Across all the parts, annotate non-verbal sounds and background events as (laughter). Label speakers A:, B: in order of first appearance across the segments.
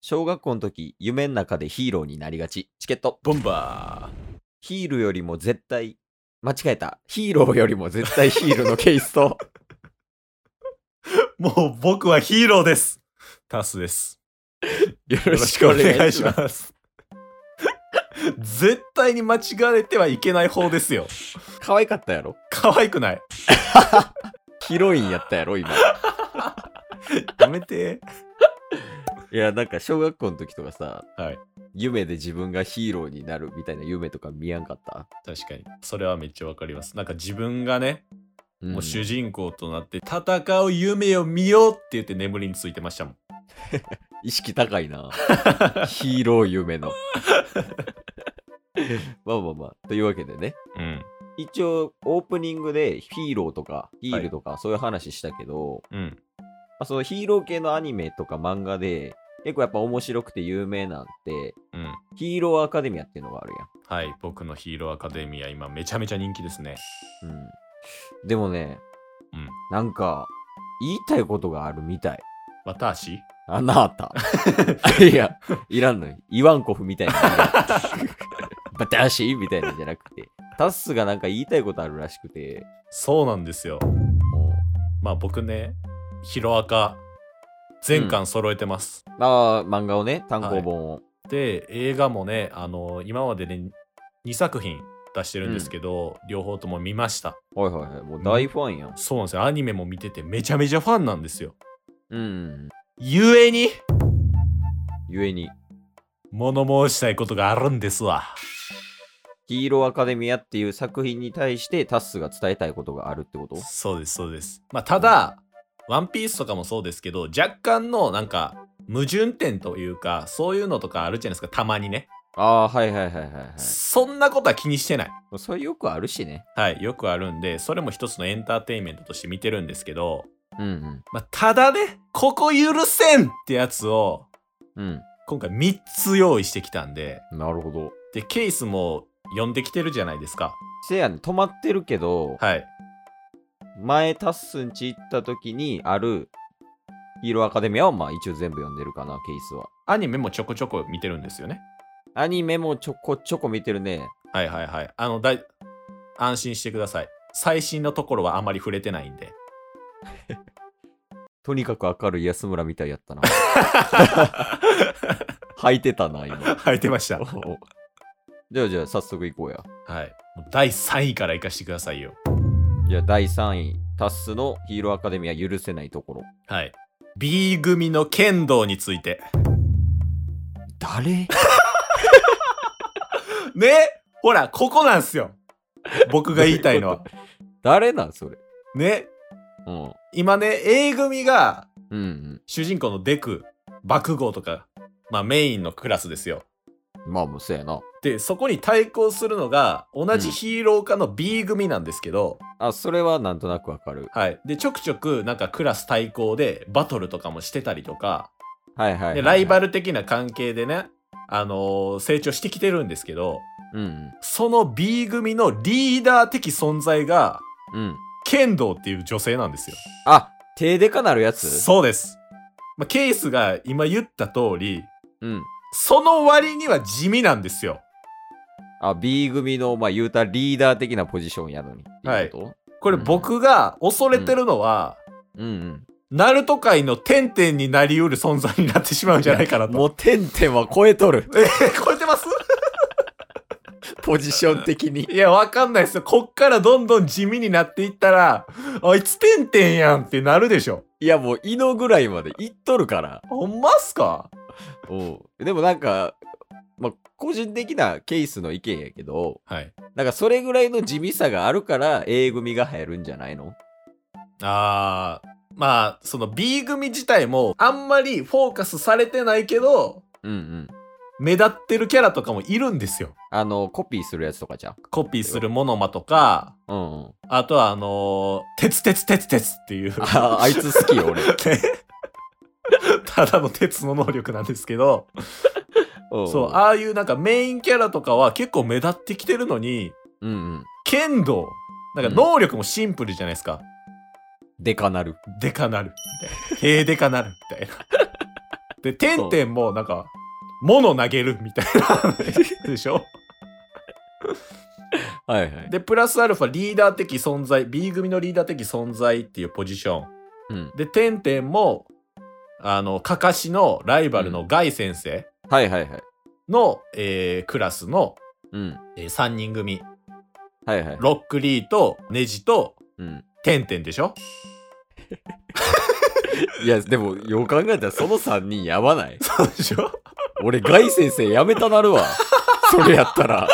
A: 小学校の時、夢の中でヒーローになりがち。チケット。
B: ボンバ
A: ヒールよりも絶対、間違えた。ヒーローよりも絶対ヒールのケイスト。
B: ーもう僕はヒーローですタスです。
A: (laughs) よ
B: よ
A: ろ
B: ろ
A: し
B: し
A: く
B: く
A: お
B: お
A: 願
B: 願
A: い
B: い
A: し
B: し
A: ます。
B: ます。絶対に間違えてはいけない方ですよ。
A: 可愛かったやろ
B: 可愛くない。
A: ヒロインやったやろ今。
B: やめて。
A: いや、なんか小学校の時とかさ、
B: はい
A: 夢で自分がヒーローになるみたいな夢とか見やんかった。
B: 確かに。それはめっちゃわかります。なんか自分がね、
A: うん
B: もう主人公となって戦う夢を見ようって言って眠りについてましたもん。
A: 意識高い (laughs) な。ヒーロー夢の。 (laughs) まあまあまあ。というわけでね。
B: うん。
A: 一応、オープニングでヒーローとか、ヒールとか、そういう話したけど、
B: うん。
A: まあそのヒーロー系のアニメとか漫画で、結構やっぱ面白くて有名なんて、
B: うん。
A: ヒーローアカデミアっていうのがあるやん。
B: はい。僕のヒーローアカデミア、今めちゃめちゃ人気ですね。
A: うん。でもね、
B: うん
A: なんか、言いたいことがあるみたい。
B: 私
A: あな
B: (laughs)
A: た。いや、いらんのよ。イワンコフみたいなのいらん。 (laughs) バタシみたいなんじゃなくて。タッスがなんか言いたいことあるらしくて、
B: そうなんですよ。
A: も
B: まあ僕ね、ヒロアカ、全巻揃えてます。
A: う、ああ、漫画をね、単行本を。
B: で、映画もね、あの今までね、2作品出してるんですけど、両方とも見ました。
A: はい、はい、はいもう大ファンやん。
B: そうなんですよ。アニメも見てて、めちゃめちゃファンなんですよ。
A: うん。
B: ゆえに、
A: ゆえに、
B: 物申したいことがあるんですわ。
A: ヒーローアカデミアっていう作品に対してタッスが伝えたいことがあるってこと
B: そうです、そうです。まあ、ただ、ワンピースとかもそうですけど、若干のなんか、矛盾点というか、そういうのとかあるじゃないですか、たまにね。
A: ああー、はいはいはいはい、はい。
B: そんなことは気にしてない。
A: それよくあるしね。
B: はい、よくあるんで、それも一つのエンターテインメントとして見てるんですけど、
A: うん
B: まあ、ただね、ここ許せんってやつを、
A: うん。
B: 今回3つ用意してきたんで、
A: うん。なるほど。
B: で、ケースも呼んできてるじゃないですか。
A: せやね、止まってるけど、
B: はい。
A: 前タッスンち行った時にあるヒーローアカデミアはまあ一応全部読んでるかな、ケースは。
B: アニメもちょこちょこ見てるんですよね。
A: アニメもちょこちょこ見てるね。
B: はいはいはい。あの、だい、安心してください。最新のところはあまり触れてないんで。 (laughs)
A: とにかく明るい安村みたいや (laughs) ったな。履いてたな、今。
B: 履いてました。
A: おおじゃあじゃあ早速行こうや。
B: はい。もう第3位から行かしてくださいよ。
A: じゃあ第3位、タッスのヒーローアカデミア許せないところ。
B: はい。B 組の剣道について。
A: 誰
B: ねほら、ここなんすよ。僕が言いたいのは。
A: 誰なんそれ。
B: ね
A: うん。
B: 今ね、A 組が
A: うんうん。
B: 主人公のデク、爆豪とか、まあメインのクラスですよ。
A: まあもうそうやな。
B: で、そこに対抗するのが、同じヒーロー科の B 組なんですけど、
A: あ、それはなんとなくわかる。
B: はい。で、ちょくちょく、なんかクラス対抗でバトルとかもしてたりとか、
A: はいはいはい、
B: で、ライバ
A: ル。
B: ル的な関係でね、あのー成長してきてるんですけど、
A: うん
B: その B 組のリーダー的存在が、
A: うん。うん。
B: 剣道っていう女性なんですよ。
A: あ、手でかなるやつ
B: そうです。まあ、ケースが今言った通り、
A: うん。
B: その割には地味なんですよ。
A: あ、B 組の、まあ言うたらリーダー的なポジションやのに。
B: はい
A: と
B: これ
A: うん
B: 僕が恐れてるのは、
A: うんうん。
B: ナルト界の点々になりうる存在になってしまうんじゃないかなと。
A: もう、てんてんは超えとる。
B: え超えてます
A: ポジション的に。
B: いや、わかんないですよ。こっからどんどん地味になっていったら、あいつ点々やんってなるでしょ。
A: いや、もう、イノぐらいまでいっとるから。
B: ほんまっすか
A: おうでもなんか、まあ、個人的なケースの意見やけど、
B: はい。
A: なんかそれぐらいの地味さがあるから A 組が入るんじゃないの
B: あー、まあ、その B 組自体も、あんまりフォーカスされてないけど、
A: うんうん。
B: 目立ってるキャラとかもいるんですよ。
A: あの、コピーするやつとかじゃん。
B: コピーするモノマとか、
A: うん、 (laughs) うん。
B: あとはあのー、鉄鉄鉄鉄っていう。
A: ああいつ好きよ、 (laughs) 俺。
B: ね (laughs) ただの鉄の能力なんですけど、そう、
A: あ、
B: ああいうなんかメインキャラとかは結構目立ってきてるのに、
A: うんうん。
B: 剣道、なんか能力もシンプルじゃないですか。
A: でかなる。 (laughs)
B: でかなる。みたいな。へえでかなる。みたいな。で、てんてんもなんか、物投げるみたいなでしょ
A: はいはい。
B: で、プラスアルファリーダー的存在、B 組のリーダー的存在っていうポジション。
A: うん。
B: で、てんてんも、あの、かかしのライバルのガイ先生
A: はいはいはい。
B: の、えークラスの、
A: うん。
B: え3人組。
A: はいはい。
B: ロックリーとネジと
A: うん。
B: てんてんでしょ
A: いや、でも、よく考えたらその3人やばない。
B: そうでしょ
A: 俺、ガイ先生やめたなるわ。 (laughs) それやった (laughs) ら。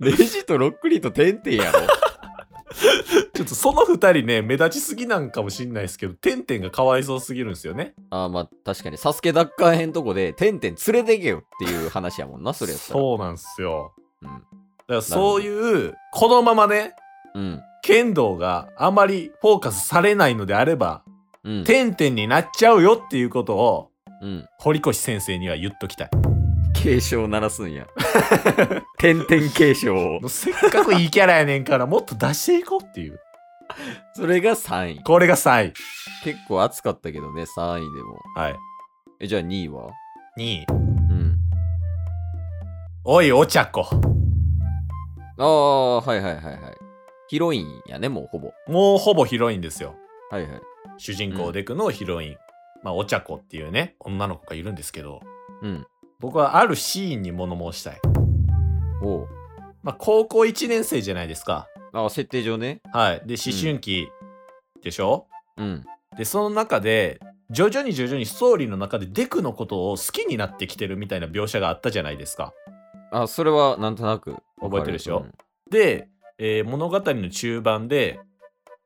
A: レジとロックリーとテンテンやろ。
B: ちょっとその2人ね、目立ちすぎなんかもしんないですけど、てんてんがかわいそうすぎるんですよね。
A: ああ、まあ確かに、サスケ奪還編とこで、テンテン連れてけよっていう話やもんな、それやったら。
B: そうなんですよ。
A: うん。
B: だからそういう、このままね、
A: うん。
B: 剣道があまりフォーカスされないのであれば、
A: うん。
B: てんてんになっちゃうよっていうことを、
A: うん。
B: 堀越先生には言っときたい。
A: 警鐘鳴らすんや。 (laughs) テンテン警鐘を。
B: せっかくいいキャラやねんから、もっと出していこうっていう。
A: (laughs) それが3位。
B: これが3位。
A: 結構熱かったけどね、3位でも。
B: はい。
A: え、じゃあ2位は
B: 2位。
A: うん。
B: おい、お茶子。
A: ああ、はいはいはいはい。ヒロインやね、もうほぼ。
B: もうほぼヒロインですよ。
A: はいはい。
B: 主人公デクのヒロイン。まあ、お茶子っていうね、女の子がいるんですけど、
A: うん。
B: 僕はあるシーンに物申したい。
A: おう。
B: まあ、高校1年生じゃないですか。
A: ああ、設定上ね。
B: はい。で、思春期でしょ、
A: うん。
B: で、その中で、徐々に徐々にストーリーの中でデクのことを好きになってきてるみたいな描写があったじゃないですか。
A: あ、それはなんとなくわか
B: 覚えてるでしょで、えー物語の中盤で、
A: うん。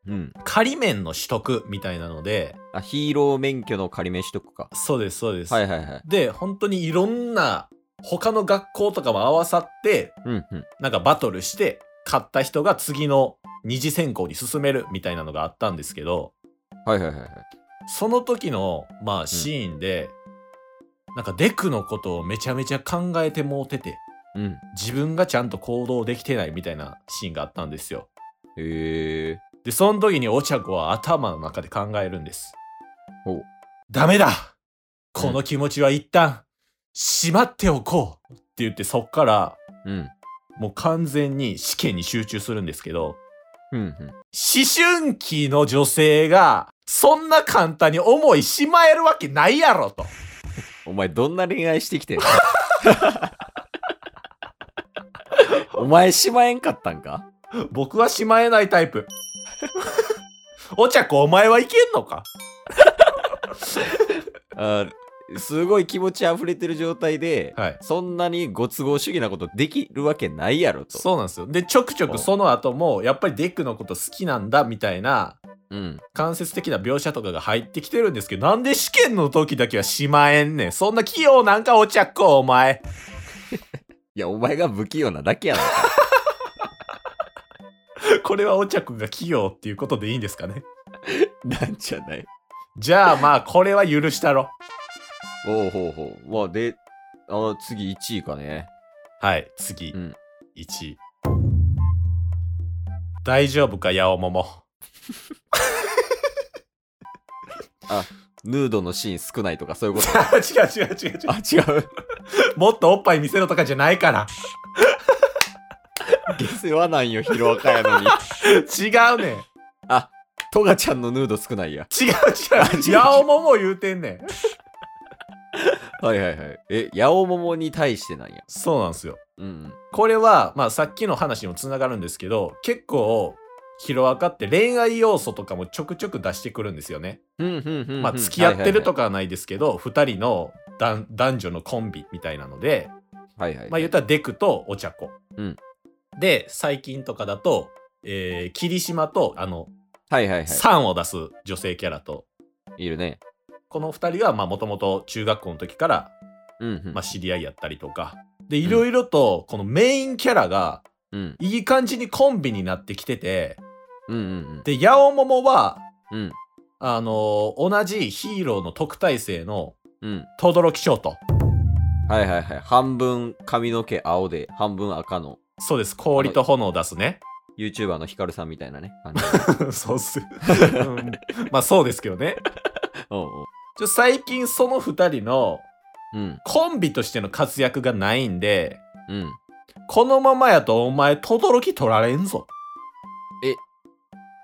A: うん
B: 仮面の取得みたいなので、
A: あ、ヒーロー免許の仮名取得か。
B: そうです、そうです。
A: はいはいはい。
B: で、本当にいろんな他の学校とかも合わさって、
A: うんうん。
B: なんかバトルして、勝った人が次の二次選考に進めるみたいなのがあったんですけど、
A: はいはいはいはい。
B: その時の、まあ、シーンで、なんかデクのことをめちゃめちゃ考えてもうてて、
A: うん。
B: 自分がちゃんと行動できてないみたいなシーンがあったんですよ。
A: へえ。
B: で、その時にお茶子は頭の中で考えるんです。
A: ほう
B: ダメだこの気持ちは一旦、しまっておこうって言ってそっから、
A: うん。
B: もう完全に試験に集中するんですけど、
A: うんうん。
B: 思春期の女性が、そんな簡単に思いしまえるわけないやろと。 (laughs)
A: お前どんな恋愛してきてんの (laughs) お前しまえんかったんか
B: 僕はしまえないタイプ。 (laughs) お茶子お前はいけんのか
A: あーすごい気持ち溢れてる状態で、
B: はい。
A: そんなにご都合主義なことできるわけないやろと。
B: そうなんですよ。で、ちょくちょくその後も、やっぱりデックのこと好きなんだみたいな、
A: うん。
B: 間接的な描写とかが入ってきてるんですけど、なんで試験の時だけはしまえんねん。そんな器用なんかお茶子お前。 (laughs)
A: いや、お前が不器用なだけやろ。
B: これはお茶子が器用っていうことでいいんですかね。 (laughs)
A: なんじゃない。
B: じゃあまあ、これは許したろ。
A: (laughs) おうほうほう。まあ、で、あ次1位かね。
B: はい、次。
A: うん
B: 1位。大丈夫か、ヤオモモ。
A: ヌードのシーン少ないとかそういうこと。
B: (laughs) 違う違う違う違う。
A: (laughs) あ、違う。
B: もっとおっぱい見せろとかじゃないから。
A: 下世話なんよ、ヒロアカやのに。
B: 違うねん。
A: トガちゃんのヌード少ないや。
B: (laughs) 違う違う。ヤオモモ言うてんねん。
A: はいはいはい。え、ヤオモモに対してなんや。
B: そうなんですよ。
A: うん
B: これは、まあさっきの話にもつながるんですけど、結構、ヒロアカって恋愛要素とかもちょくちょく出してくるんですよね。
A: うん。うんうんうんうん。
B: まあ付き合ってると
A: か。
B: かはないですけど、二、人の男男女のコンビみたいなので、
A: はいはい。
B: まあ言ったらデクとお茶子。
A: うん
B: で、最近とかだと、えー、霧島と、あの、
A: はいはいはい。
B: サンを出す女性キャラと、
A: いるね。
B: この二人は、まあもともと中学校の時から、
A: うんうん。
B: まあ知り合いやったりとか。で、いろいろと、このメインキャラが、
A: うん
B: いい感じにコンビになってきてて、
A: うんうん
B: で、ヤオモモは、
A: うん。うん
B: あのー同じヒーローの特待生の、
A: うん。
B: 轟翔と。
A: はいはいはい。半分髪の毛青で、半分赤の
B: そうです、氷と炎を出
A: (laughs)
B: すね。
A: YouTuber のヒカルさんみ (laughs) たいなね。感じ
B: そうっす、うんまあそうですけどね。
A: うんうん
B: ちょ最近その2人の
A: うん。
B: コンビとしての活躍がないんで、
A: うん。
B: このままやとお前、轟取られんぞ。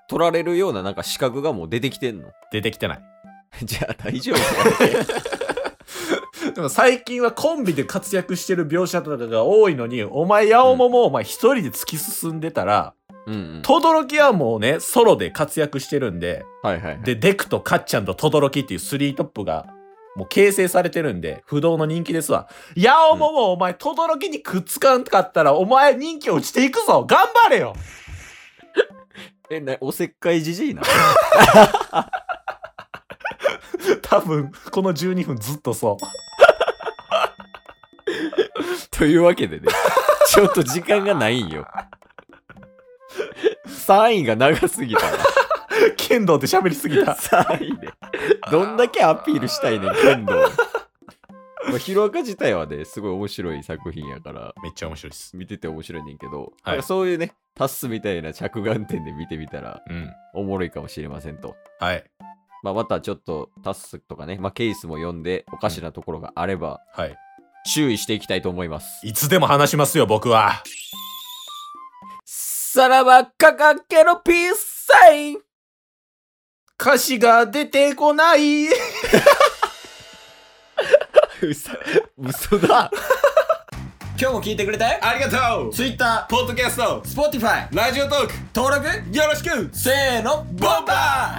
A: 取られるようななんか資格がもう出てきてんの。
B: 出てきてない。
A: (laughs) じゃあ大丈 (laughs) 夫。
B: でも最近はコンビで活躍してる描写とかが多いのに、お前、八尾ももうお前一人で突き進んでたら、
A: うん、うん。
B: 轟はもうね、ソロで活躍してるんで、
A: はいはい、はい。
B: で、デクとカッちゃんと轟っていうスリートップが、もう形成されてるんで、不動の人気ですわ。八尾ももうお前、轟にくっつかんかったら、お前人気落ちていくぞ頑張れよ
A: え、な、おせっかいじじいな。
B: 多分、この12分ずっとそう。
A: (laughs) というわけでね、ちょっと時間がないん (laughs) よ。3位が長すぎたわ。
B: 剣道って喋りすぎた。
A: 3位で。どんだけアピールしたいねん、剣
B: (laughs)
A: 道。まあ、ヒロアカ自体はね、すごい面白い作品やから、
B: めっちゃ面白いです。
A: 見てて面白いねんけど、
B: はい
A: なんかそういうね、タスみたいな着眼点で見てみたら、
B: うん。
A: おもろいかもしれませんと。
B: はい。
A: まあ、またちょっとタスとかね、まあ、ケースも読んで、おかしなところがあれば、
B: はい。
A: 注意していきたいと思います。
B: いつでも話しますよ、僕は。
A: さらばかかけのピースサイン
B: 歌詞が出てこない。
A: 嘘嘘 (laughs) だ
C: 今日も聞いてくれてありがとう Twitter、ポッドキャスト、Spotify、ラジオトーク登録よろしくせーのボンバ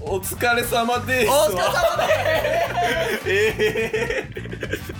C: ー
B: お疲れ様です。
C: お疲れ様です
B: えー